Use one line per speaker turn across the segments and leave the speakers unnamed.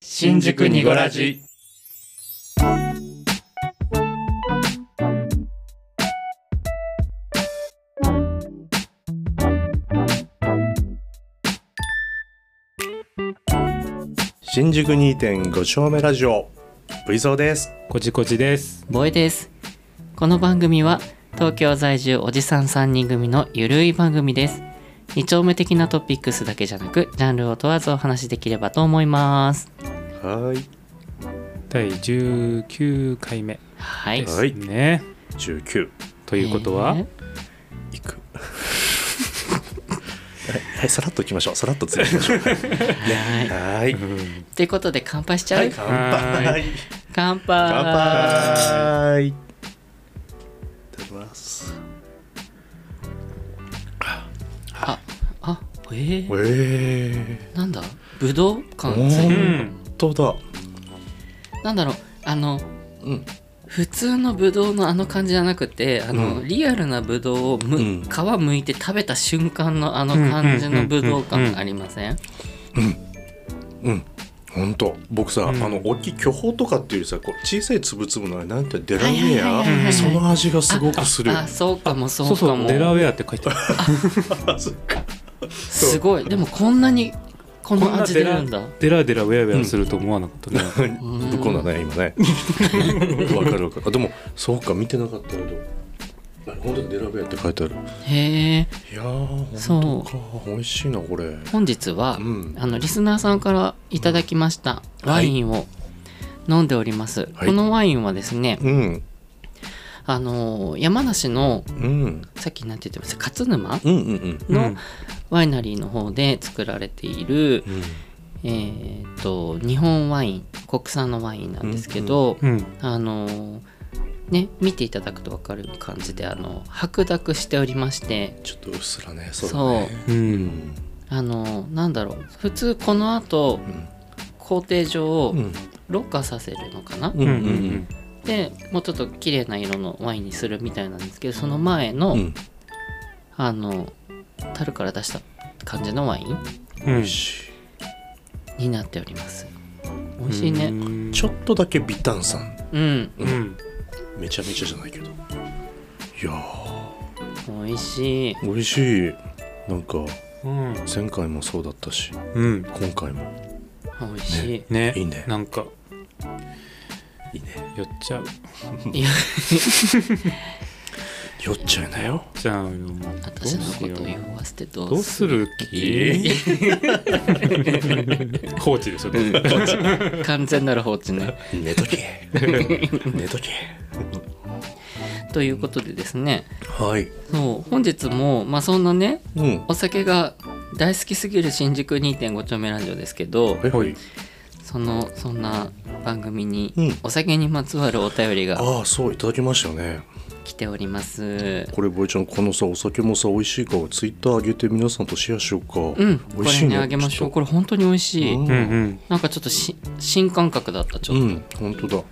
新宿にごらじ。
新宿2.5丁目ラジオ V 蔵です
こじこじです。
ボエです。この番組は東京在住おじさん3人組のゆるい番組です。二丁目的なトピックスだけじゃなく、ジャンルを問わずお話しできればと思います。
はーい
第19回目
はい
で。
は
す
い
ね。
19
ということは、
えー
いくはいはいさらっといきましょうさらっと次行きま しょう
はい。
はーい
ということで乾杯しちゃう、
はい乾杯
乾杯
乾杯いただきます
あ、あ、えー、
ええ
なんだぶどう
ー、
感
う
本
ん、
当だ
なんだろうあの
うん
普通のぶどうのあの感じじゃなくてあの、
うん
リアルなぶどうをむ、
うん
皮むいて食べた瞬間のあの感じのぶどう
うんうんうんう
感
ん
ありません
うん本当僕さ、
うん
あの大きい巨峰とかっていうよりさこう小さい粒々のあれなんてデラウ
はいはいはい
はいは
ェア
い
その味がすごくする
あそうかもそ
そ
うか
うそう
も
デラウェアって書いてあ る。
そっか
すごいでもこんなにこの味出るんだ
デラデラウェアウェアすると思わなかったね。
うん
ぶっこんだね今ねわかるわかるあでもそうか見てなかったけどあ本当にデラベアって書いてある
へえ
いやー
そ
本
う
当か美味しいなこれ
本日は、
うん
あのリスナーさんからいただきましたワインを飲んでおります、
はい
このワインはですね
うん
あのー山梨の
うんうん
さっきなんて言ってました勝沼
うんうん
うん
のワイナリーの方で作られている、
うん
えー、と日本ワイン国産のワインなんですけど、
うん
あのーね見ていただくと分かる感じであの白濁しておりまして
ちょっとうっすらねそうだね
う
うんん
あのーなんだろう普通この後工程上を
うん
ろ過させるのかな、
うんうん
うんう
うん
ん
でもうちょっと綺麗な色のワインにするみたいなんですけどその前の、
うん
あの樽から出した感じのワイン
う
美
ん
味。し
になっております美味しいね
い
ね
ちょっとだけ微炭酸
うん
うん
めちゃめちゃじゃないけどいや
美味しい
ー美味しいなんか
うん
前回もそうだったし
うん
今回も
美味しい、
ね
いいね
なんか
いいね
酔っちゃう
いや
酔っちゃいなよ
じゃあもう
私のことを
どうし
言
よ
わせてど
うどう
う
す
する
る気放置でしょ。で も
完全なる放置ね
寝とけ 寝とけ
ということでですね
はい
そう本日もまあそんなね
うん
お酒が大好きすぎる新宿2.5丁目ラジオですけど
はい
はい
そのそんな番組に
うん
お酒にまつわるお便りが
ああそういただきましたね
来ております
これボイちゃんこのさお酒もさ美味しいからツイッター上げて皆さんとシェアしようか
うん
美
こ
味し
れ
い
ねあげましょうこれ本当に美味しい、
うん
うんうん
なんかちょっとし新感覚だったち
う
ょっ
ん本当だ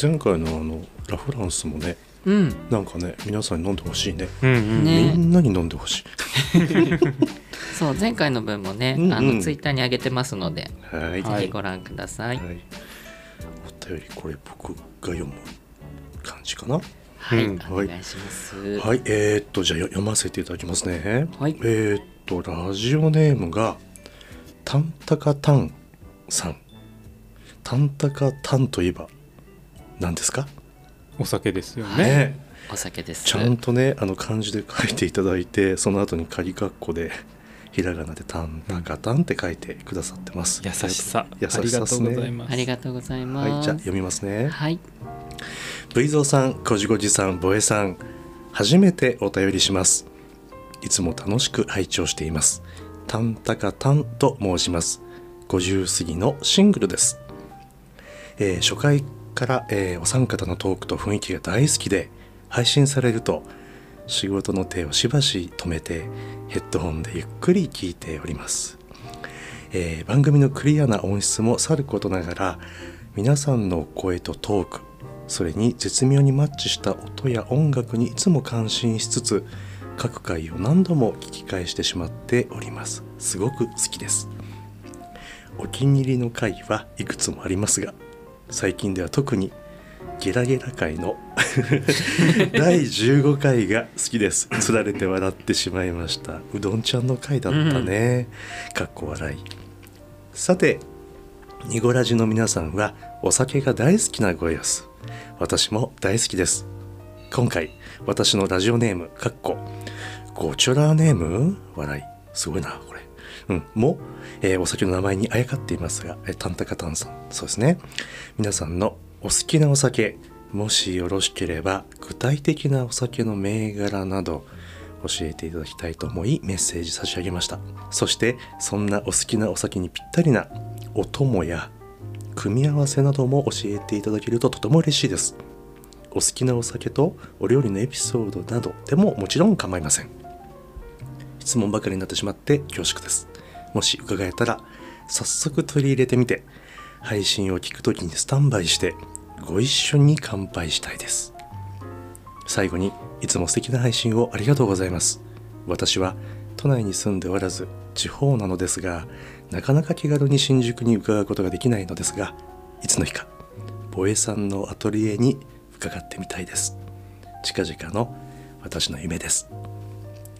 前回のあのラフランスもね
とうん、
なんかね皆さんに飲んでほしいね
うんうん。
ね
みんなに飲んでほしい
そう前回の分もね、
うんうん
あのツイッターに上げてますので
はい
ぜひご覧ください。
はいお便りこれ僕が読む感じかな
はい、
うん
お願いします。
はい、えー、っとじゃあよ読ませていただきますね。
はい
えー、っとラジオネームがタンタカタンさん。タンタカタンといえば何ですか？
お酒ですよね。
ねえ、
お酒です。
ちゃんとねあの漢字で書いていただいてその後に仮括弧でひらがなでタンタカタンって書いてくださってます。
優しさ。
優しさ
ありがとうござい
ま
ます。
ありがとうござい
すね。は
ま
い、
す。
じゃ
は
あ
い、
読みますね。
はい、
ブイゾーさん、こじごじさん、ぼえさん、初めてお便りします。いつも楽しく拝聴しています。たんたかたんと申します。50過ぎのシングルです。えー初回から、えーお三方のトークと雰囲気が大好きで、配信されると、仕事の手をしばし止めて、ヘッドホンでゆっくり聞いております。えー番組のクリアな音質もさることながら皆さんのお声とトークそれに絶妙にマッチした音や音楽にいつも感心しつつ各回を何度も聞き返してしまっておりますすごく好きですお気に入りの回はいくつもありますが最近では特にゲラゲラ回の 第15回が好きですつられて笑ってしまいましたうどんちゃんの回だったね、かっこ笑いさてニゴラジの皆さんはお酒が大好きなご様子私も大好きです今回私のラジオネームかっこゴチョラーネーム笑いすごいなこれうんも、えーお酒の名前にあやかっていますが、えー、タンタカタンさんそうですね皆さんのお好きなお酒もしよろしければ具体的なお酒の銘柄など教えていただきたいと思いメッセージ差し上げましたそしてそんなお好きなお酒にぴったりなお供や組み合わせなども教えていただけるととても嬉しいですお好きなお酒とお料理のエピソードなどでももちろん構いません質問ばかりになってしまって恐縮ですもし伺えたら早速取り入れてみて配信を聞くときにスタンバイしてご一緒に乾杯したいです最後にいつも素敵な配信をありがとうございます私は都内に住んでおらず地方なのですがなかなか気軽に新宿に伺うことができないのですがいつの日かボエさんのアトリエに伺ってみたいです近々の私の夢です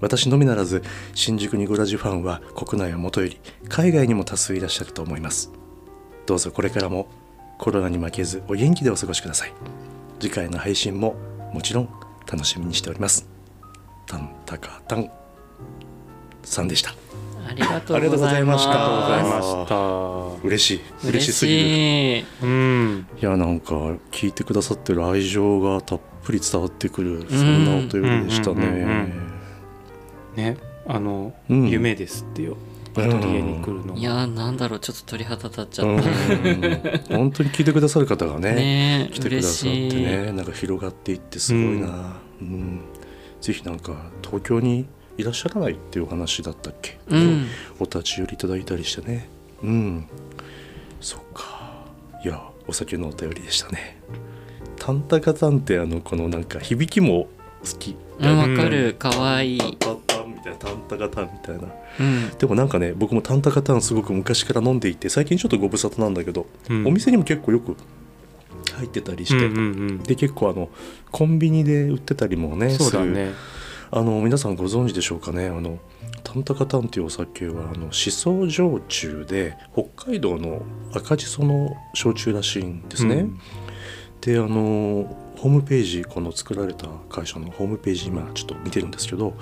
私のみならず新宿ニゴラジファンは国内はもとより海外にも多数いらっしゃると思いますどうぞこれからもコロナに負けずお元気でお過ごしください次回の配信ももちろん楽しみにしておりますタンタカタンさんでした
ありがとうございます
ありがとう
あ
ござ
り
い
が
ま
とうございま
嬉
し
しい嬉し
嬉
すぎる
しい
たうん
いやなんか聞いてくださってる愛情がたっぷり伝わってくるそんなお便りでした
うんうんうん
ね
ねあの、
うん
夢ですってよアトリエに来るの
いやーなんだろうちょっと鳥肌立っちゃ
う
っ
ん
た、
本当に聞いてくださる方が
ねえ
来てくだ
嬉
さって
しい、
ねなんか広がっていってすごいな、うんぜひなんか東京にいらっしゃらないっていうお話だったっけ、
うん
お立ち寄りいただいたりしてねうんそっかいやお酒のお便りでしたね「タンタカタン」ってあのこのなんか響きも好き
うんわ、
うん
かるかわいい、
タンタタンみたいなタンタカタンみたいな
うん、
でもなんかね僕もタンタカタンすごく昔から飲んでいて最近ちょっとご無沙汰なんだけど、
うん
お店にも結構よく入ってたりして、
うんうんうん
で結構あのコンビニで売ってたりもね
そうだ
する
ね
あの皆さんご存知でしょうかねあのタンタカタンっていうお酒はあのしそ焼酎で北海道の赤じその焼酎らしいんですね、
うん
であのホームページこの作られた会社のホームページ今ちょっと見てるんですけど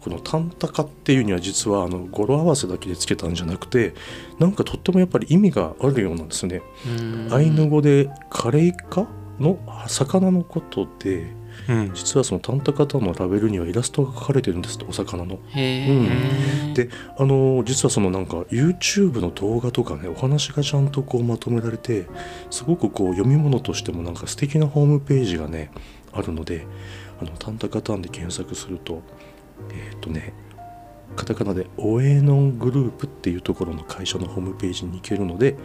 この「タンタカ」っていうには実はあの語呂合わせだけでつけたんじゃなくてなんかとってもやっぱり意味があるようなんですね。
うん
アイヌ語でカレイカの魚のことで
うん
実はそのタンタカタンのラベルにはイラストが描かれてるんですってお魚の。
へえ、
う
であの実はそのなんか YouTube の動画とかねお話がちゃんとこうまとめられてすごくこう読み物としてもなんか素敵なホームページがねあるので「あのタンタカタン」で検索するとえーっ、とねカタカナで「オエノングループ」っていうところの会社のホームページに行けるので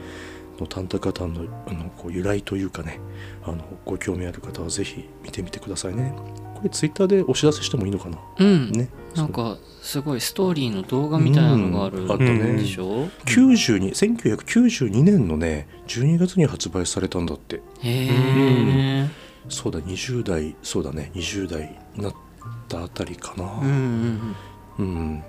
あのタンタカタンのあのこう由来というかねあのご興味ある方はぜひ見てみてくださいねこれ Twitter でお知らせしてもいいのかな
うん、
ね
なんかすごいストーリーの動画みたいなのがある
うんあ
ったね
んでしょ、
92 1992年のね12月に発売されたんだって
へえ、
そうだ20代そうだね20代になったあたりか
うん、う
なんうん、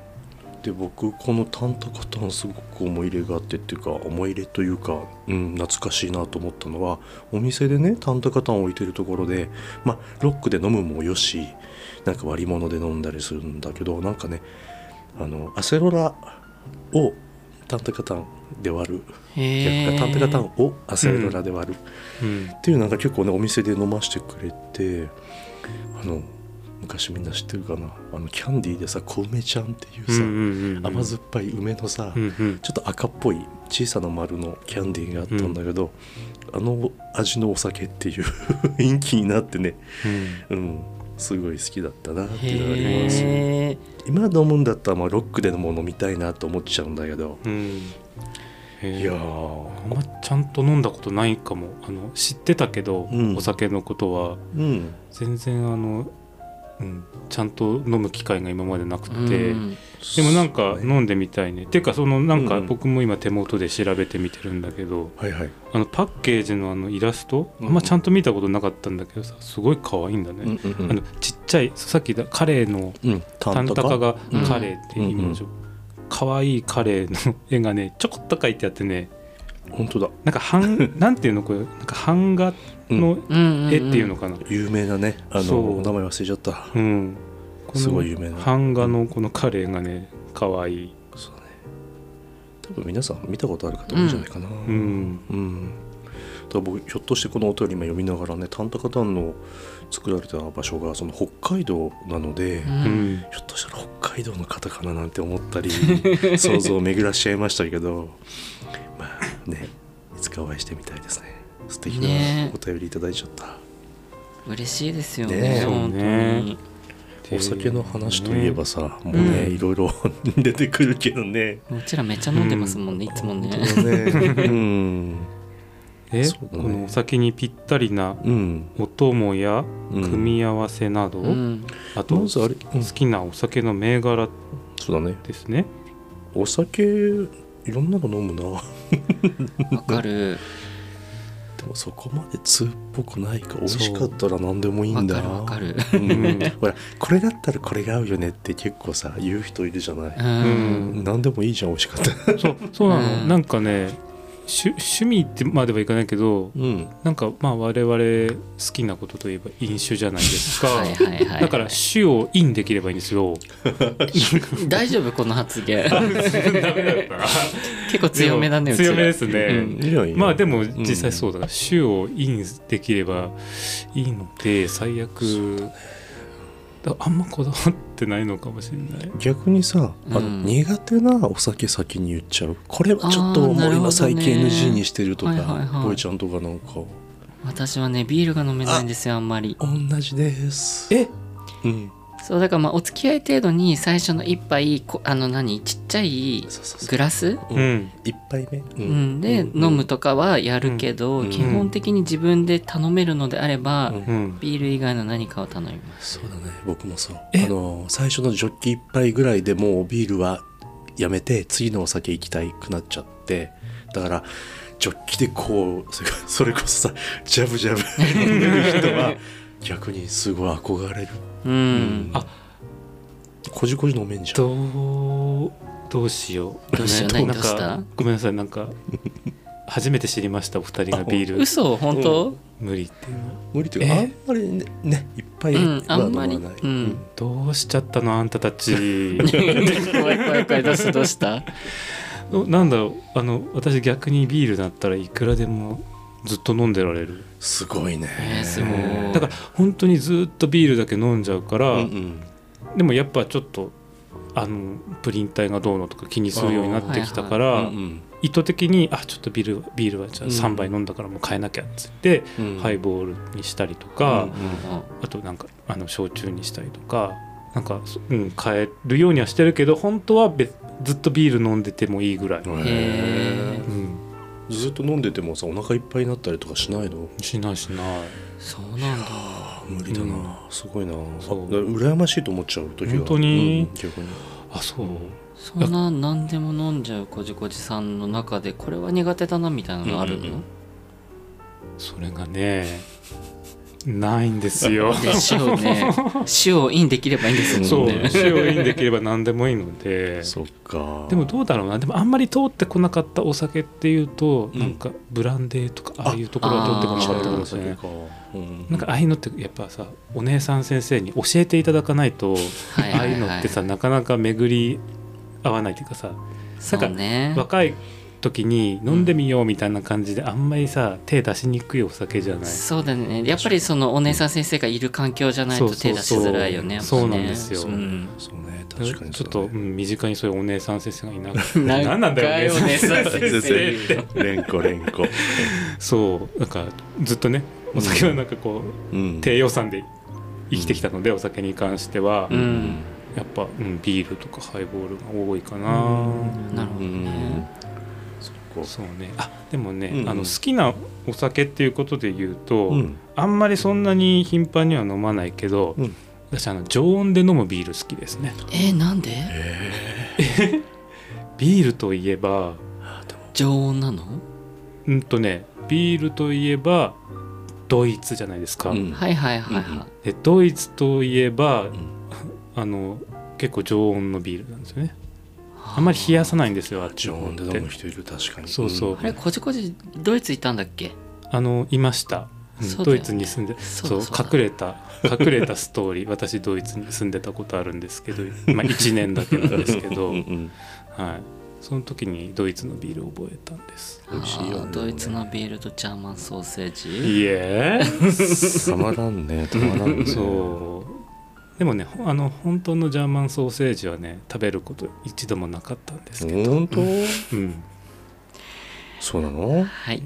で僕この「タンタカタン」すごく思い入れがあってっていうか思い入れというか、うん、懐かしいなと思ったのはお店でねタンタカタンを置いてるところでまあロックで飲むもよしなんか割り物で飲んだりするんだけどなんかねあのアセロラをタンタカタンで割る
へ
逆
え
がタンタカタンをアセロラで割る、
うん
っていうなんか結構ねお店で飲ましてくれてあの昔みんな知ってるかなあのキャンディーでさ小梅ちゃんっていう
うん
さ、
うんうん
甘酸っぱい梅のさ、
うんうん
ちょっと赤っぽい小さな丸のキャンディーがあったんだけど、あの味のお酒っていう 雰囲気になってね、
うん
うん、すごい好きだったなっていうのがあります
へえ
今飲むんだったらまあロックでのもの飲みたいなと思っちゃうんだけど、
うんへえ
いやー
あんまちゃんと飲んだことないかもあの知ってたけど、
うん
お酒のことは
うん
全然あのうん、ちゃんと飲む機会が今までなくて、
うん
でもなんか飲んでみたいね。ていうかそのなん
う
か
んうん
僕も今手元で調べてみてるんだけど、
はいはい、
あのパッケージのあのイラスト、
うん
あんまちゃんと見たことなかったんだけどさ、すごい可愛いんだね。
うんうんうん
あのちっちゃいさっきだカレーの
うん、
タンタカが
うん
カレーって意味でしょ。可愛いカレーの絵がねちょこっと書いてあってね
本当だ、
なんか 版なんていうのこれなんか版画の
うんうん
絵っていうのかな、
有名なねあ
そ
の
う
お名前忘れちゃった
うん、この
すごい有名な
版画のこのカレーがね可愛い
そうだね多分皆さん見たことある方多いんじゃないかな
う、ん
うんだから僕ひょっとしてこのお便り今読みながらねタンタカタンの作られた場所がその北海道なので、
う
ひ
うんん
ょっとしたら北海道の方かななんて思ったり 想像を巡らしちゃいましたけどまあねいつかお会いしてみたいですね素敵な
ね
お便りいただいちゃった、
嬉しいですよ
ね
ね
え
本当に
お酒の話といえばさ、
ん
もうね、
うん
いろいろ 出てくるけどね
うちらめっちゃ飲んでますもんねいつもね
本当だねうん
え
そうだ
こ
ね
のお酒にぴったりな
うん
お供や
うん
組み合わせなど、
うん
あと
ま
好
ずあれ、うん
きなお酒の銘柄
そうだね
ですね
お酒いろんなの飲むな
わかる
でもそこまで通っぽくないか美味しかったら何でもいい
わ
んだ
か
な
るわかる
うん
うん
ほらこれだったらこれが合うよねって結構さ言う人いるじゃな
う
い、
ん
何でもいいじゃん美味しかった
そうそうなの、
うん
なんかね趣趣味ってまではいかないけど
うん
なんかまあ我々好きなことといえば飲酒じゃないですか
はいはいはい
だから酒をインできればいいんですよ
大丈夫この発言
ダメだった
結構強めだねうちら
強めですね、
うん
いいよいいよ
まあでも実際そうだから、週をインできればいいので最悪だあんまこだわってないのかもしれない
逆にさあの、
うん
苦手なお酒先に言っちゃうこれはちょっ
あー
とも
な
う
るほど
今
ね
最近 NG にしてるとか、
はいはいはい
ボイちゃんとかなんか
私はねビールが飲めないんですよあんまり
同じです
え
うん
そうだからまあお付き合い程度に最初の一杯こあの何ちっちゃい
そうそうそ
グ
う
ラス
うん、
一杯目、う
うん、で、飲むとかはやるけど、
うん
基本的に自分で頼めるのであれば、
うん
うん、
ビール以外の何かを頼みます
そうだね僕もそうあの最初のジョッキ一杯ぐらいでもうビールはやめて次のお酒行きたくなっちゃってだからジョッキでこうそれそれこそさジャブジャブ飲んでる 人は逆にすごい憧れる
うん、
うん
あ
こじこじ飲めんじゃん
どうどうしよう
どうしよう
ね
何どうした
なんかごめんなさいなんか初めて知りましたお二人がビール
嘘本当、
無理っていうの
無理というか
え
あんまりねねいっぱいは
う
飲
んあ
ま
んま
な
り
い、
うん
どうしちゃったのあんたたち
怖い怖い怖いどうしたどうした
おなんだろうあの私逆にビールだったらいくらでもずっと飲んでられる
すごいね
えーすごい
だから本当にずっとビールだけ飲んじゃうか
う
ら、
んうん
でもやっぱちょっとあのプリン体がどうのとか気にするようになってきたから、
うん
意図的にあちょっとビールビールはじゃあ
うん
3杯飲んだからもう変えなきゃっつって、
うん
ハイボールにしたりと
うんう
か、
ん
あとなんかあの焼酎にしたりとかなんか、そうん、変えるようにはしてるけど本当は別ずっとビール飲んでてもいいぐらい、
へ
へ
え
うん、
ずっと飲んでてもさお腹いっぱいになったりとかしないの
しないしない
そうなんだ
あ無理だな、
うん
すごいな
そう
だ羨ましいと思っちゃう時が
本当に
うん逆に
あそう、
そんな何でも飲んじゃうこじこじさんの中でこれは苦手だなみたいなのあるの、
うんうん
それがねないんですよ
で死をね死をインできればいいんです
そ
もん
う
ね
塩をインできれば何でもいいので
そっか
でもどうだろうなでもあんまり通ってこなかったお酒っていうと、
うん
なんかブランデーとかああいうところは通ってこなかったかもしれない
か、うん、
なんかああいうのってやっぱさお姉さん先生に教えていただかないと、
はいはいはい
ああいうのってさなかなか巡り合わないっていうかさ
そうね
若い時に飲んでみようみたいな感じであんまりさ手出しにくいお酒じゃない
そうだねやっぱりそのお姉さん先生がいる環境じゃないと手出しづらいよね
そうそうそ
やっぱね
うそうなんですよ
うん
そうね確かに
ち
そ
ょっ
うだね
と、うん身近にそういうお姉さん先生がいなく て
何回
何なんだよ
お姉さん先生
先生っ
連呼連呼
そうなんかずっとねお酒はなんかこう、
うん
低予算で生きてきたので、お酒に関しては、
うん
やっぱ、うん、ビールとかハイボールが多いか
う
な、
ん
なるほどね
そこ
そうねあでもね、
うん
あの好きなお酒っていうことで言うと、
うん
あんまりそんなに頻繁には飲まないけど、
うん
私あの常温で飲むビール好きですね
えー、なんで
ビールといえば
常温なの、
うんとねビールといえばドイツじゃないですか、
うん
はいはいはいはい、
でドイツといえば、
ん
あの結構常温のビールなんですよねあんまり冷やさないんですよあっち
常
の方っ
温で
て
飲む人いる確かに
そうそう
あれこじこじドイツ行ったんだっけ
あのいました、うん
そうだ
ド
よね
イツに住んで
そうだそうだ
隠れた隠れたストーリー私ドイツに住んでたことあるんですけど、まあ、1年だけなんですけど、
うん
はい、
うん
その時にドイツのビールを覚えたんです
美味しいよね
あードイツのビールとジャーマンソーセージ
いえ
たまらんねたまらんね
そうでもねほあの本当のジャーマンソーセージはね食べること一度もなかったんですけど、
本当
うん、
そうなの
はい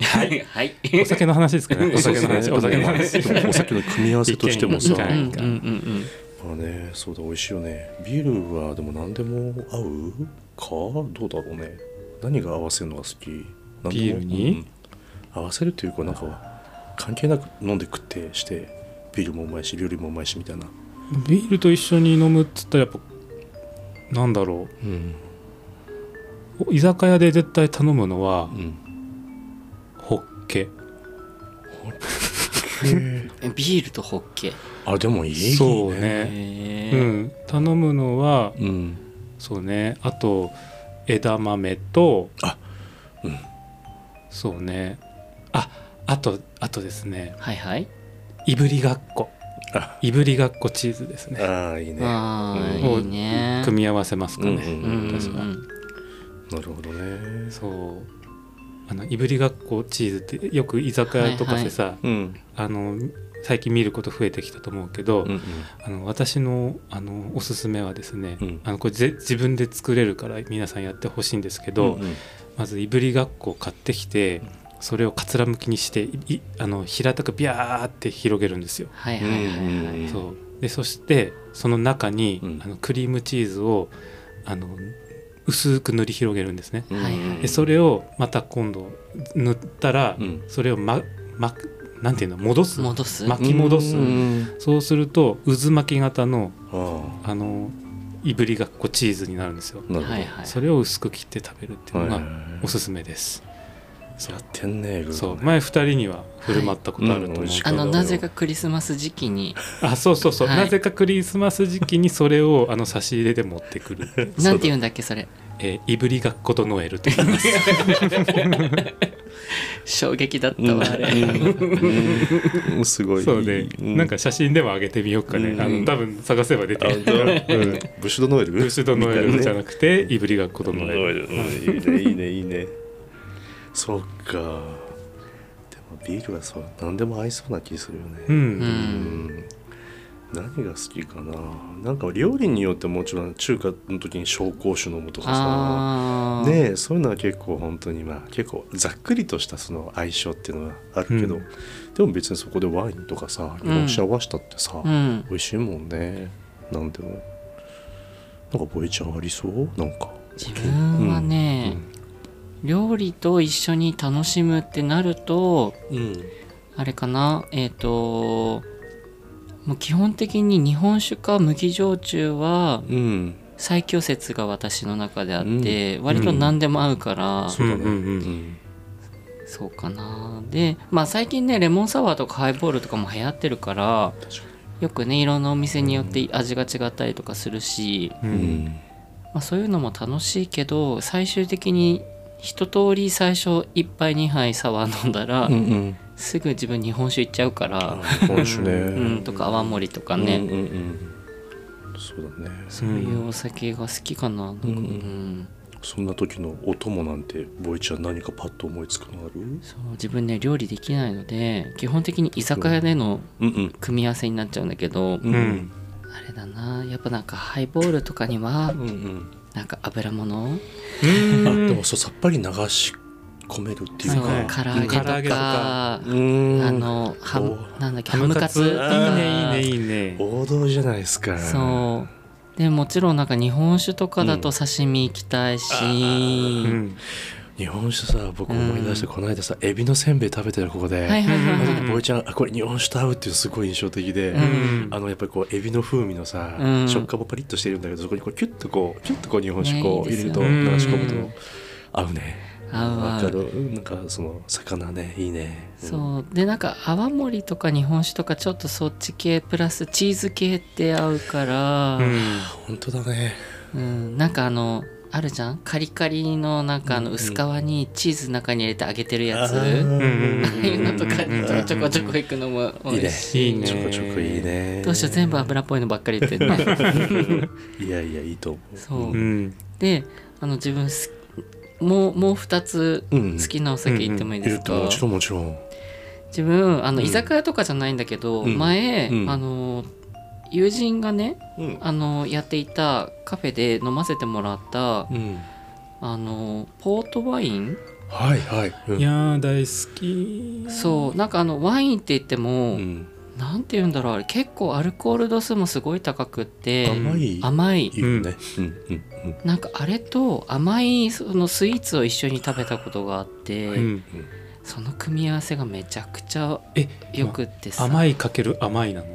はい はい
お酒の話ですか ねお酒の話お
そう
酒の
で
話
すねでもお酒の組み合わせとしても
そ
さ
う
うん
だ
うん
ね
うんうん
まあねそうだ美味しいよねビールはでも何でも合うかどうだろうね何が合わせるのが好き何でも
ビールに
うん合わせるというかなんか関係なく飲んで食ってしてビールもうまいし料理もうまいしみたいな
ビールと一緒に飲むっつったらやっぱなんだろ
うん
う居酒屋で絶対頼むのは
うん
ホッケ
えビールとホッケ
あでもいい
そう
へ
ねう
え
ん頼むのは
うん
そうねあと枝豆と
あうん
そうねああとあとですね
はいはい
いぶりがっこ
あ
いぶりがっこチーズですね
あーいいねな
あ
うん
ーいいね
組み合わせますかね、
うん
うんうんうん
私は
るほどね
そうあのいぶりがっこチーズってよく居酒屋とかでさ、
うん
あの最近見ること増えてきたと思うけど、
うん
あの私のあのおすすめはですね、
うん
あのこれぜ自分で作れるから皆さんやってほしいんですけど、
うんうん
まずいぶりがっこを買ってきてそれをかつらむきにしていいあの平たくビャーって広げるんですよ。
はいはいはいは
うん
い
そうでそしてその中に、
うん
あのクリームチーズをあの薄く塗り広げるんですね。
うん
はいはい
でそれをまた今度塗ったら、
うん
それをままなんていうの戻す
戻す
巻き戻す
うん
そうすると渦巻き型の
あー
あのいぶりがっこチーズになるんですよ、
なるほど
はいはい
それを薄く切って食べるっていうの
はいはい
が
はい
おすすめです、そう
やってんねえぐ
そう前2人には振る舞ったことあると思う、
はいうん
あのなぜかクリスマス時期に
あそうそうそう、
はい
なぜかクリスマス時期にそれをあの差し入れで持ってくるっていう
なんて言うんだっけそれ
えーいぶりがっことノエルと言います
衝撃だったわあれ
うんすごい
そうね、
う
なんか写真でも上げてみようかね、
うん
あの多分探せば出て
あ
く
本当
る
だ
うん
ブシュドノエル
ブースドノエルじゃ
み
なくていぶりがっこと
たい
ノ
な
エ
ね
ル
ノエルうんいいねいいねいいねそうかでもビールはそう何でも合いそうな気するよ
う
ね
ん、
うん
うん何が好きかななんか料理によってもちろん中華の時に紹興酒飲むとかさ
あー
ねえそういうのは結構本当にまあ結構ざっくりとしたその相性っていうのはあるけど、
うん
でも別にそこでワインとかさ日本酒合わしたってさ、
うん
美味しいもんねなんでもなんかボイちゃんありそうなんか
自分はね、料理と一緒に楽しむってなると
うん
あれかなえっ、ともう基本的に日本酒か麦焼酎は
うん
最強説が私の中であって、割と何でも合うから、
そうだね
うんうんうん
そうかなでまあ最近ねレモンサワーとかハイボールとかも流行ってるから
確か
よくねいろんなお店によって味が違ったりとかするし、
う
に
ん
まあ、そういうのも楽しいけど最終的に一通り最初1杯2杯サワー飲んだら、
うんうん
すぐ自分日本酒行っちゃうか
あ
ら、
日本酒ね
うん、とか泡盛とか
うん
ね、
うんうんそうだね
そういうお酒が好きかななんか、
う
うんん
そんな時のお供なんてボイちゃん何かパッと思いつくのある
そう自分ね料理できないので基本的に居酒屋での
うんうん
組み合わせになっちゃうんだけど、
うんうん
あれだなやっぱなんかハイボールとかには
うんうん
なんか油物
あでもそうさっぱり流し込めるってい
そうう
か
唐揚げと
唐揚げ
か
とか
うん
あのハム
お
なんだっけ
ハ
ハ
ム
ム
カ
カ
ツ
ツとか
いいねいいねいいね
王道じゃないですか
そうでもちろんなんか日本酒とかだと刺身行きたいし、
うん
日本酒さ僕思い出してこの間さ、エビのせんべい食べてるここで、
はいはいはい
あの
はい
時ボイちゃんあこれ日本酒と合うっていうすごい印象的で、
うん
あのやっぱりこうエビの風味のさ、
うん
食感もパリッとしてるんだけどそこにこうキュッとこうキュッとこう日本酒こう
ねいい
入
です
れる
よ
と
ね
流し込
う
む
ん
と合うね
合う合う
わかるうんなんかその魚ねいいねうん
そうでなんか泡盛とか日本酒とかちょっとそっち系プラスチーズ系って合うから、
うん
本当だね
うん、なんかあのあるじゃんカリカリのなんかあの
うんうん
薄皮にチーズ中に入れて揚げてるやつ、
あー
うんうん
ああいうのとか
うんうんうん
ちょこちょこちょこいくのも
いい
美
ね
味し
いいね
ちょこちょこいいね
いどうしよう全部油っぽいのばっかり言ってる ね
いやいやいいと思う
そううんであの自分すもうもう2つ
うん
好きなお酒言ってもいいですか、
もちろんもちろん
自分あの
うん
居酒屋とかじゃないんだけど、
うん
前、
うん
あの友人がね
うん
あのやっていたカフェで飲ませてもらった
うん
あのポートワイン
はいはいうん
いやー大好き
そうなんかあのワインって言っても、
うん
なんて言うんだろうあれ結構アルコール度数もすごい高くって
甘い
甘い
いいよねうんうんうん
なんかあれと甘いそのスイーツを一緒に食べたことがあって、
うん
その組み合わせがめちゃくちゃ
え
よくってさ、
甘いかける甘いなの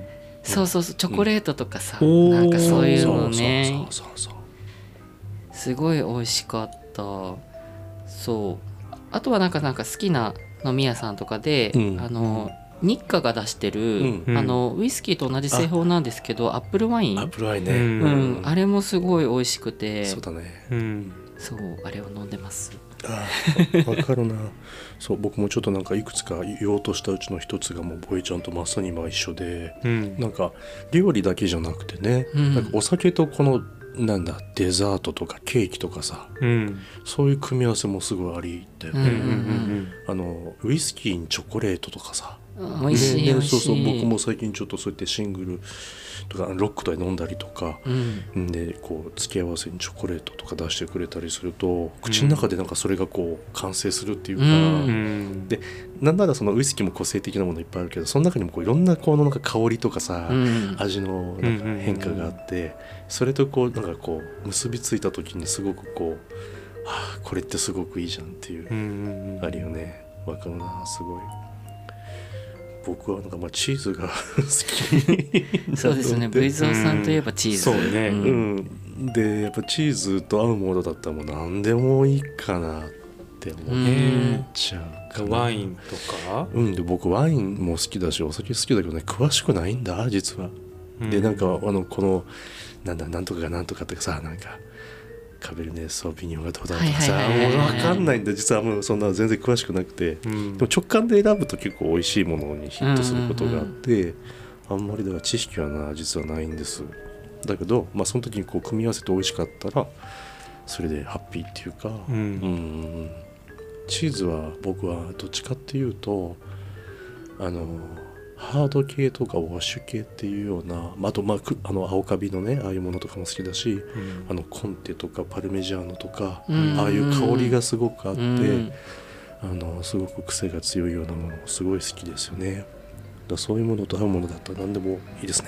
そうそうそうチョコレートとかさ、
うん
なんかそういう
そ
の
う
ね
そうそうそう
すごい美味しかったそうあとはなんかなんか好きな飲み屋さんとかで、
うん
あの日課が出してる、
うん
あのウイスキーと同じ製法なんですけどアップルワイン
アップルワインね、
うん
うん、あれもすごい美味しくて
そうだね
うん
そうあれを飲んでます
ああわかるな そう僕もちょっとなんかいくつか言おうとしたうちの一つがもうボエちゃんとまさに今一緒で
うん
なんか料理だけじゃなくてね、
うん
なんかお酒とこのなんだデザートとかケーキとかさ
うん
そういう組み合わせもすごいありだよ
う
うんんう
ね、
ん
あのウイスキーにチョコレートとかさ
うん美味しい
ね
美
ね
味しい
そうそう僕も最近ちょっとそうやってシングルとかロックとかで飲んだりとか、
うん
んでこう付け合わせにチョコレートとか出してくれたりすると口の中でなんかそれがこう完成するっていうか、
う
うん
うん
でなんならそのウイスキーも個性的なものいっぱいあるけどその中にもこういろんなこのなんか香りとかさ、
うん
味のなんか
うんうんうん
変化があって、それとこうなんかこう結びついた時にすごくこう「はあこれってすごくいいじゃん」っていう、
うん
あるよねわかるなすごい。僕はなんかまあチーズが 好き
そうですね
ブイ
ブイゾーさんといえばチーズ
うんそうね
うんん、でやっぱチーズと合うものだったらもう何でもいいかなって思っ
うん
ちゃうかな
ワインとか
うんで僕ワインも好きだしお酒好きだけどね詳しくないんだ実は、でなんかあのこのなんだなんとかがなんとかとかさなんかカベルネ・ソービニョンがどうだとかさ
はいはいはいはいはい
分かんないんだ実はもうそんなの全然詳しくなくて
うん
でも直感で選ぶと結構美味しいものにヒットすることがあって、あんまりだから知識はな実はないんですだけど、まあ、その時にこう組み合わせて美味しかったらそれでハッピーっていうか、
う
うんんチーズは僕はどっちかっていうとあのハード系とかウォッシュ系っていうようなまああと、まあ、くあの青カビのねああいうものとかも好きだしあのコンテとかパルメジャーノとか、
うん
ああいう香りがすごくあって。
うん
あのすごく癖が強いようなものすごい好きですよねだからそういうものと合うものだったら何でもいいですね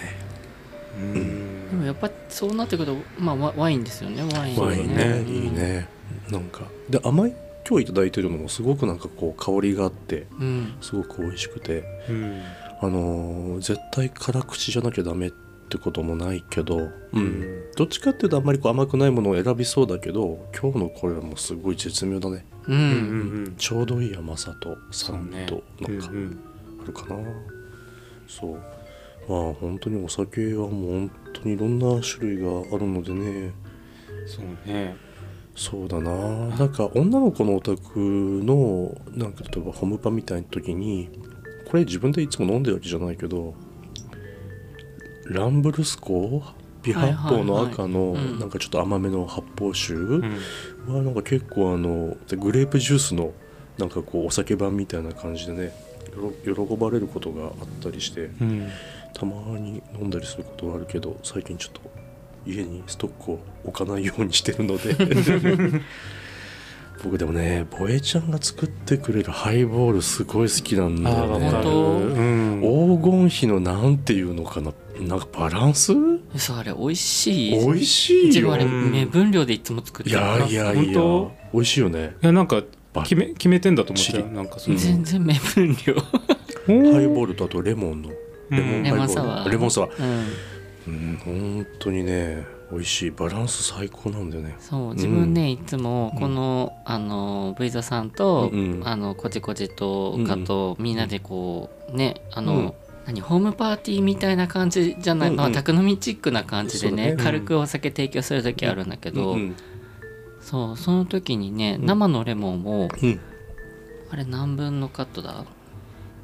うん
でもやっぱそうなってくるとまあワワインですよねワイン
ワインねいいねなんかで甘い今日いただいてるのもすごくなんかこう香りがあって
うん
すごく美味しくて
うん
あのー絶対辛口じゃなきゃダメってこともないけど、うんどっちかっていうとあんまりこう甘くないものを選びそうだけど今日のこれはもうすごい絶妙だね
う
うんんうん
ちょうどいい甘さと
そう
酸
ね
となんか、
うんうん
あるかなそうまあ本当にお酒はもう本当にいろんな種類があるのでね
そうね
そうだななんか女の子のお宅のなんか例えばホームパみたいな時にこれ自分でいつも飲んでるわけじゃないけどランブルスコ微発泡の赤の
はいはいはいうん
なんかちょっと甘めの発泡酒、
うん
はなんか結構あのでグレープジュースのなんかこうお酒版みたいな感じでねよろ喜ばれることがあったりして
うん
たまに飲んだりすることはあるけど最近ちょっと家にストックを置かないようにしてるので僕でもねボエちゃんが作ってくれるハイボールすごい好きなんだ
ああ
よ
わ
ね
かるうん
黄金比のなんていうのかななんかバランス
嘘あれ美味しい
美味し
う
い
ちは
よ
あれ
うん
目分量でいつも作っ
い
てる
やいやいや
本当
美味しいよね
いやなんか
バ
決め決めてんだと思っ
チ
た
リ
よなんかその
全然目分量
ハ
ハ
イボールとあとレモンのレモン
レモンサワー
レモンサワー
うん
うん本当にね美味しいバランス最高なんだよね
そう自分ね、いつもこの、あの V 座さんと、
うん
あのこじこじとかと、みんなでこうねあの、
うん
何ホームパーティーみたいな感じじゃない、
うんうん
まあ、宅飲みチックな感じでね
そうだね
軽くお酒提供する時あるんだけど、
うん
そうその時にね
ん
生のレモンを、
うん
あれ何分のカットだ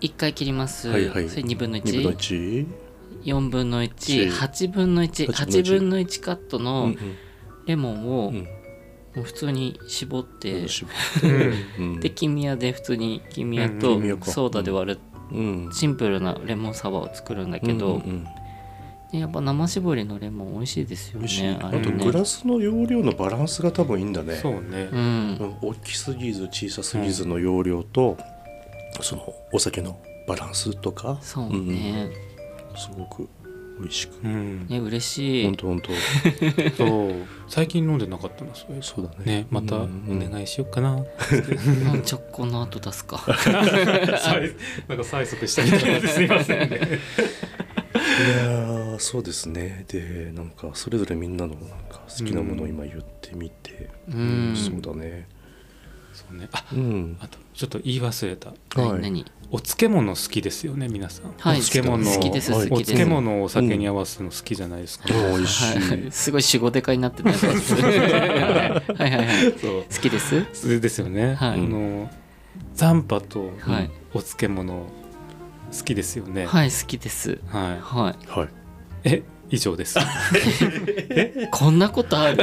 1回切ります、
はいはい
それ2分の
2分の
1
1
4分の
一
18分の18
8
分の1カット
う
の
ん
レモンを
うん
もう普通に絞っ
う
て
ん絞っ
うん
で
て
黄身屋で普通に黄身屋
うん
と
黄身屋か
ソーダで割る
うん
シンプルなレモンサワーを作るんだけど、
うんうんうん
ねやっぱ生絞りのレモン美味しいですよ
美味しい
ね
あ
あ
と
れね
グラスの容量のバランスが多分いいんだね
そうね
う
うんん大きすぎず小さすぎずの容量とそのお酒のバランスとか
そう
うん
ね,、
すごく美味しく
うん
ね嬉し
本
い
当本当
そう最近飲んでなかったなそれ
そうだね
ねまた
う
お
んうん
願いしようか な
うんチョコの後出す か
催なんか催促したみたいですすいませんね
いやーそうですねでなんかそれぞれみんなのなんか好きなものを今言ってみて、
うん
そうだね
そうねあ
うん
あとちょっと言い忘れた
はい
何何
お漬物好きですよね皆さん、
はい
お漬物を
好きです好きです
お漬物をお酒に合わせるの好きじゃないですか、
もう美味しい、
はい、すごい死後でかになってたやつはいはいはい
そ
好
う
きです
それですよね、
はい
あの残波と
はい
お漬物好きですよね
はい好きです
はい、
は
はい
え以上です い
いこんなことある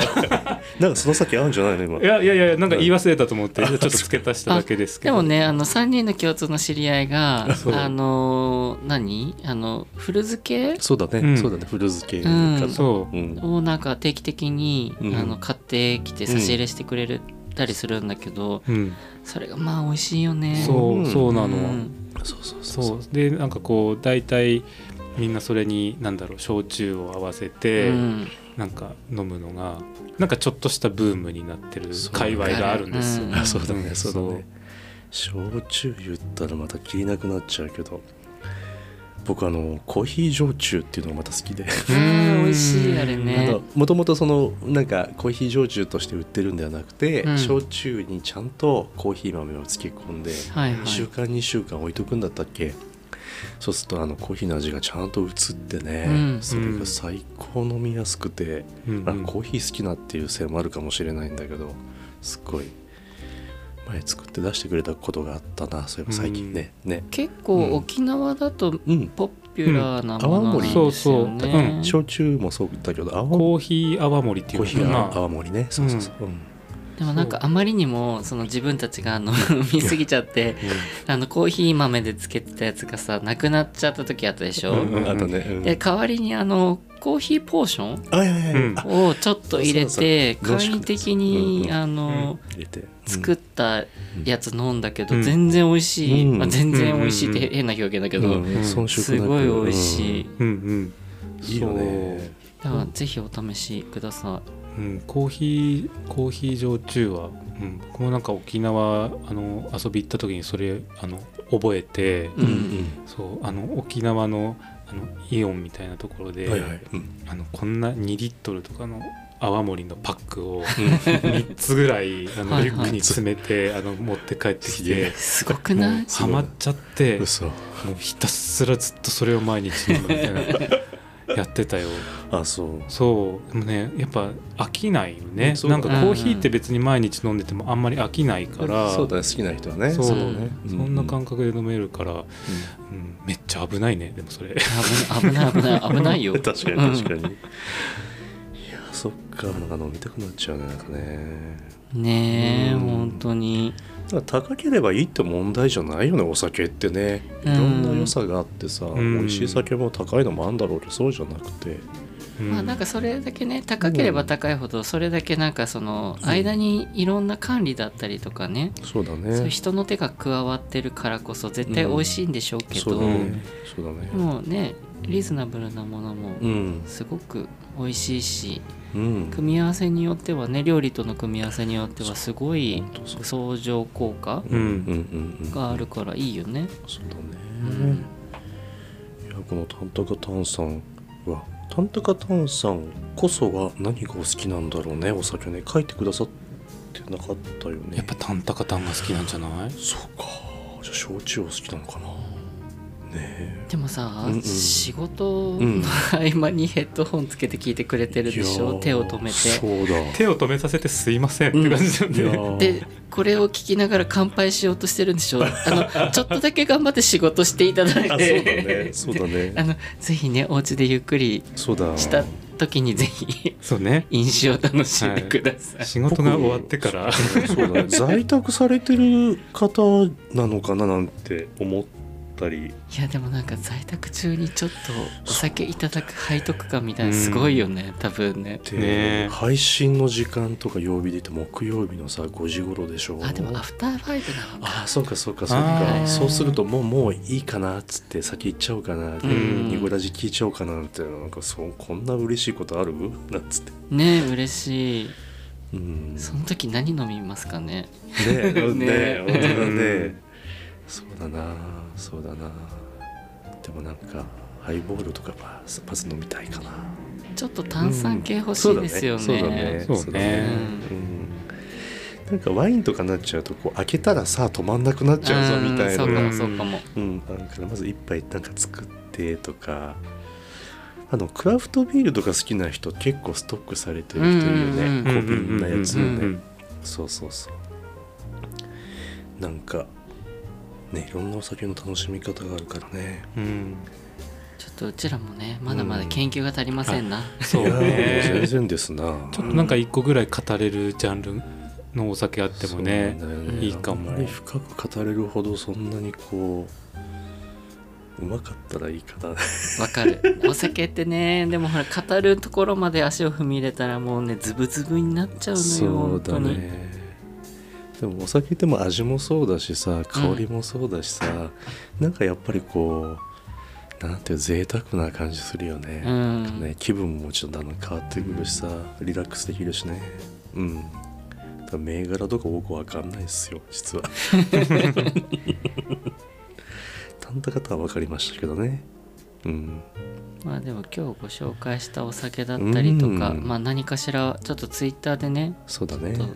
なんかその先合うんじゃないの今
やいやいやなんか言い忘れたと思ってちょっと付け足しただけですけ
で
ど
もねあの3人の共通の知り合いが
そう
あのー何あの古漬け
そうだね、
うん
そうだね古漬け、
うん
そう
うん、
をなんか定期的に、
うん
あの買ってきて差し入れしてくれるたりするんだけど、
う、うん、
それがまあ美味しいよね
そう、
うん
そうなの、
ん
そうそうそう
そうでなんかこう大体みんなそれに何だろう焼酎を合わせて、
うん
なんか飲むのがなんかちょっとしたブームになってる
そう
界隈があるんですよ、
うん
あそうだねそうだ
そう
ね焼酎言ったらまた切りなくなっちゃうけど僕あのコーヒー焼酎っていうのがまた好きで
あー美味しいあれね
もともとそのなんかコーヒー焼酎として売ってるんではなくて、
うん
焼酎にちゃんとコーヒー豆を漬け込んで、
はいは
1週
い
間2週間置いとくんだったっけそうするとあのコーヒーの味がちゃんと移ってね、
うん
それが最高飲みやすくて、
うん
あコーヒー好きなっていうせいもあるかもしれないんだけどすっごい前作って出してくれたことがあったなそういえば最近ね、ね
結構沖縄だと
うん
ポピュラーなものなんです
うん
よね、
泡盛そうそううん
焼酎もそうだけど青
コーヒー泡盛っていう
コーヒー
ま
の
あ
泡盛ねそうそうそう、うん
でもなんかあまりにもその自分たちがあの飲みすぎちゃってあのコーヒー豆でつけてたやつがさなくなっちゃった時あったでしょ、
うん
あとね、うん
で代わりにあのコーヒーポーション
あいやいやいや、
うん
あ
をちょっと入れて
そうそうそう
簡易的に
うんうん
あの
入れて
作ったやつ飲んだけ
う
ど
ん
全然美味しい、
うん
まあ、全然美味しいっ
うんうん
て
うん
変な表現だけ
う
ど
んうん遜色
す
なく
ごい美味しい、
うんうん
うんいいよね
だからぜひお試しくださ
そう、うん、コーヒーコーヒー焼酎は、うん、僕もなんか沖縄あの遊び行った時にそれあの覚えて、
い、うん
そうあの沖縄のあのイオンみたいなところで、
はいはい、うん
あのこんな2リットルとかの泡盛のパックを3つぐら いあ
は
の
いはい
リュックに詰めてあの持って帰ってき
すげえ
て
すごくない
す
ハ
ごい
マっちゃっても
嘘
うひたすらずっとそれを毎日飲むみた いなやってたよ
あそう
そうでもねやっぱ飽きないよね
そう
な
だ
ん
ね
かコーヒーって別に毎日飲んでてもあんまり飽きないから
そうだね好きな人はね
そう
そ
そう
だ
ね
んな感覚で飲めるから、うん、めっちゃ危ないねでもそれ
危ない危ない危ない よ
確かに確かに、いやそっかなんか飲みたくなっちゃうねなんかね
ねえ、
うん
本当に
だから高ければいいって問題じゃないよねお酒ってねいろんな良さがあってさ、
ん
美味しい酒も高いのもあるんだろうけどそうじゃなくて
うん
まあなんかそれだけね高ければ高いほどそれだけなんかその間にいろんな管理だったりとかね、
そうだ
そういう
ね
人の手が加わってるからこそ絶対美味しいんでしょうけど、
そうだねそうだね
もうねリーズナブルなものも
うん
すごく美味しいし
うん
組み合わせによってはね料理との組み合わせによってはすごい
本当そ
相
う
乗効果
う
うんうん
ん
うん
があるからいいよね。
そうだ
う
ね
ん、
いやこのタンタカタンさんはタンタカタンさんこそが何がお好きなんだろうねお酒ね書いてくださってなかったよね
やっぱタンタカタンが好きなんじゃない
そうかじゃあ焼酎を好きなのかなねえ
でもさ、
うんうん
仕事
うん
の合間にヘッドホンつけて聞いてくれてるでし
い
ょ、
やー
手を止め
そ
て。
うだ
手を止めさせてすいませんって感じなん
いや
で、
ー
でこれを聞きながら乾杯しようとしてるんでし ょあのちょっとだけ頑張って仕事していただい
あ
て
そうだねそうだね
あのぜひねお家でゆっくり
そうだ
した時にぜひ
そうね
飲酒を楽しんでください、
仕事が終わってから
そう だね在宅されてる方なのかななんて思ったり
い、やでもなんか在宅中にちょっとお酒いただく背徳感みたいなのすごいよね多分ね
で、
ねえ
配信の時間とか曜日で言って木曜日のさ5時頃でしょ
あでもアフターファイブなのか
あそうかそうかそう
あ
か
ー
そうするともうもういいかなっつって先行っちゃおうかなで
うん
ニコラジ聞いちゃおうかなってなんかそうこんな嬉しいことあるなんつって
ねえ嬉しい
うん
その時何飲みますかね
ねね
ね
本当だ
う
ね
ん
そうだなそうだなでもなんかハイボールとかパスパス飲みたいかな
ちょっと炭酸系欲しいですよね,、
そうだね
そうね
そうだねうんなんかワインとかになっちゃうとこう開けたらさ止まんなくなっちゃうぞみたいな
うんそうかも
ん
そうかも
うん、あるからまず一杯なんか作ってとかあのクラフトビールとか好きな人結構ストックされてる人いるよね、
うん
小瓶なやつをね、
うんうんうん
そうそうそうなんかねいろんなお酒の楽しみ方があるからね
うん
ちょっとうちらもねまだまだ研究が足りませんな、
そ
い
う
やーもう全
ね
然ですな
ちょっとなんか一個ぐらい語れるジャンルのお酒あってもね
そうなんだよね
いいかも
あんまり深く語れるほどそんなにこううまかったらいいかな
わかる お酒ってねでもほら語るところまで足を踏み入れたらもうねズブズブになっちゃうのよ
そう
本当
だ
に
ねでもお酒でも味もそうだしさ香りもそうだしさ、なんかやっぱりこうなんていう贅沢な感じするよね,、
うん
ね気分もちょっとだんだん変わってくるしさリラックスできるしねうんだから銘柄とか僕わかんないですよ 実はたんた方は分かりましたけどねうん
まあでも今日ご紹介したお酒だったりとか、
うん
まあ何かしらちょっとツイッターでね
そうだね
ちょっ
う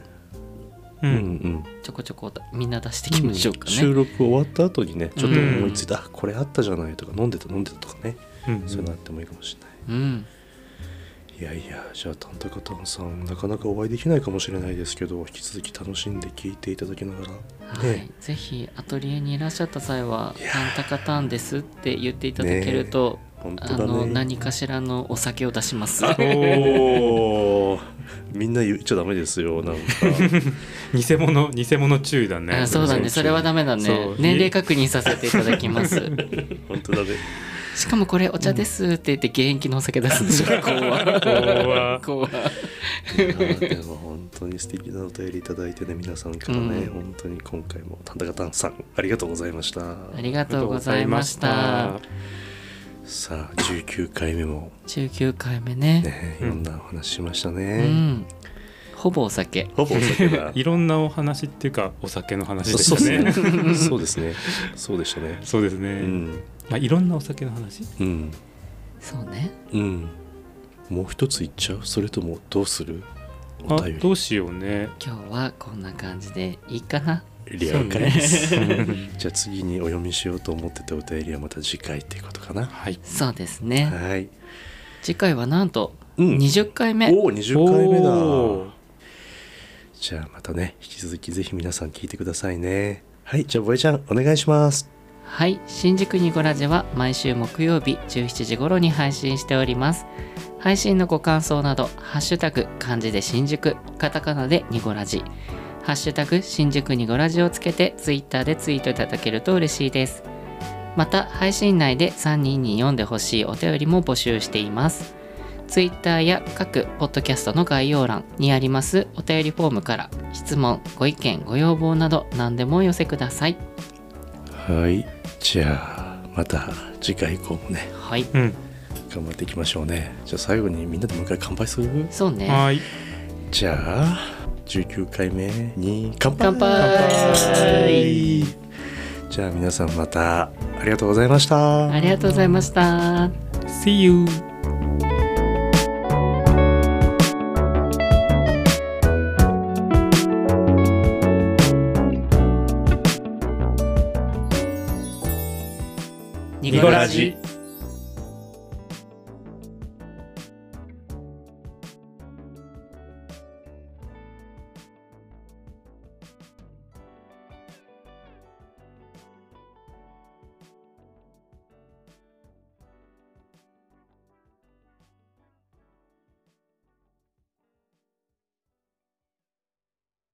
うんん
う
うんん
とちょこちょこみんな出していきましょうかね、
収録終わった後にねちょっと思いついた、あこれあったじゃないとか飲んでた飲んでたとかね、
うん
そういうのあってもいいかもしれない
うん
いやいやじゃあタンタカタンさんなかなかお会いできないかもしれないですけど引き続き楽しんで聞いていただきながら
はい、
ね
ぜひアトリエにいらっしゃった際は「
いやー
タンタカタンです」って言っていただけると、
本当
あ
だ
の
ね
何かしらのお酒を出します。
おーみんな言っちゃダメですよ なんか
偽物偽物注意だね
あそうだねそれはダメだ
そ
ね
う
年齢確認させていただきます
本当だね
しかもこれお茶ですって言って現役のお酒出すんでしょ怖
怖
怖
いやーでも本当に素敵なお便りいただいてね皆さんからね、
うん
本当に今回もタンタカタンさんありがとうございました
ありがとうございました
さあ19回目も
19回目ね
ねいろんなお話しました
う
ね、
んほぼお酒
ほぼお酒だ
いろんなお話っていうかお酒の話で
そう
す
で
ね
すねそうですねそうでしたね
そうですね、
うん
まあ、いろんなお酒の話
うん
そうね
うんもう一ついっちゃうそれともどうするお
あ
便
どうしようね
今日はこんな感じでいいかな
り了解です、
そう ね
じゃあ次にお読みしようと思ってたお便りはまた次回っていうことかな
はい
そうですね、
はい
次回はなんと
うん
20回目、
おお20回目
お
だ
ー
じゃあまたね引き続きぜひ皆さん聞いてくださいねはいじゃあボエちゃんお願いします
はい新宿ニコラジは毎週木曜日17時頃に配信しております配信のご感想など「ハッシュタグ漢字で新宿」カタカナでニコラジ「ハッシュタグ新宿ニコラジ」をつけてツイッターでツイートいただけると嬉しいですまた配信内で3人に読んでほしいお便りも募集していますツイッターや各ポッドキャストの概要欄にありますお便りフォームから質問ご意見ご要望など何でもお寄せください
はいじゃあまた次回以降もね
はい
うん。
頑張っていきましょうねじゃあ最後にみんなでもう一回乾杯する
そうね
はーい。
じゃあ19回目に乾杯
乾杯
じゃあ皆さんまたありがとうございました
ありがとうございました
See you!
ニコラジ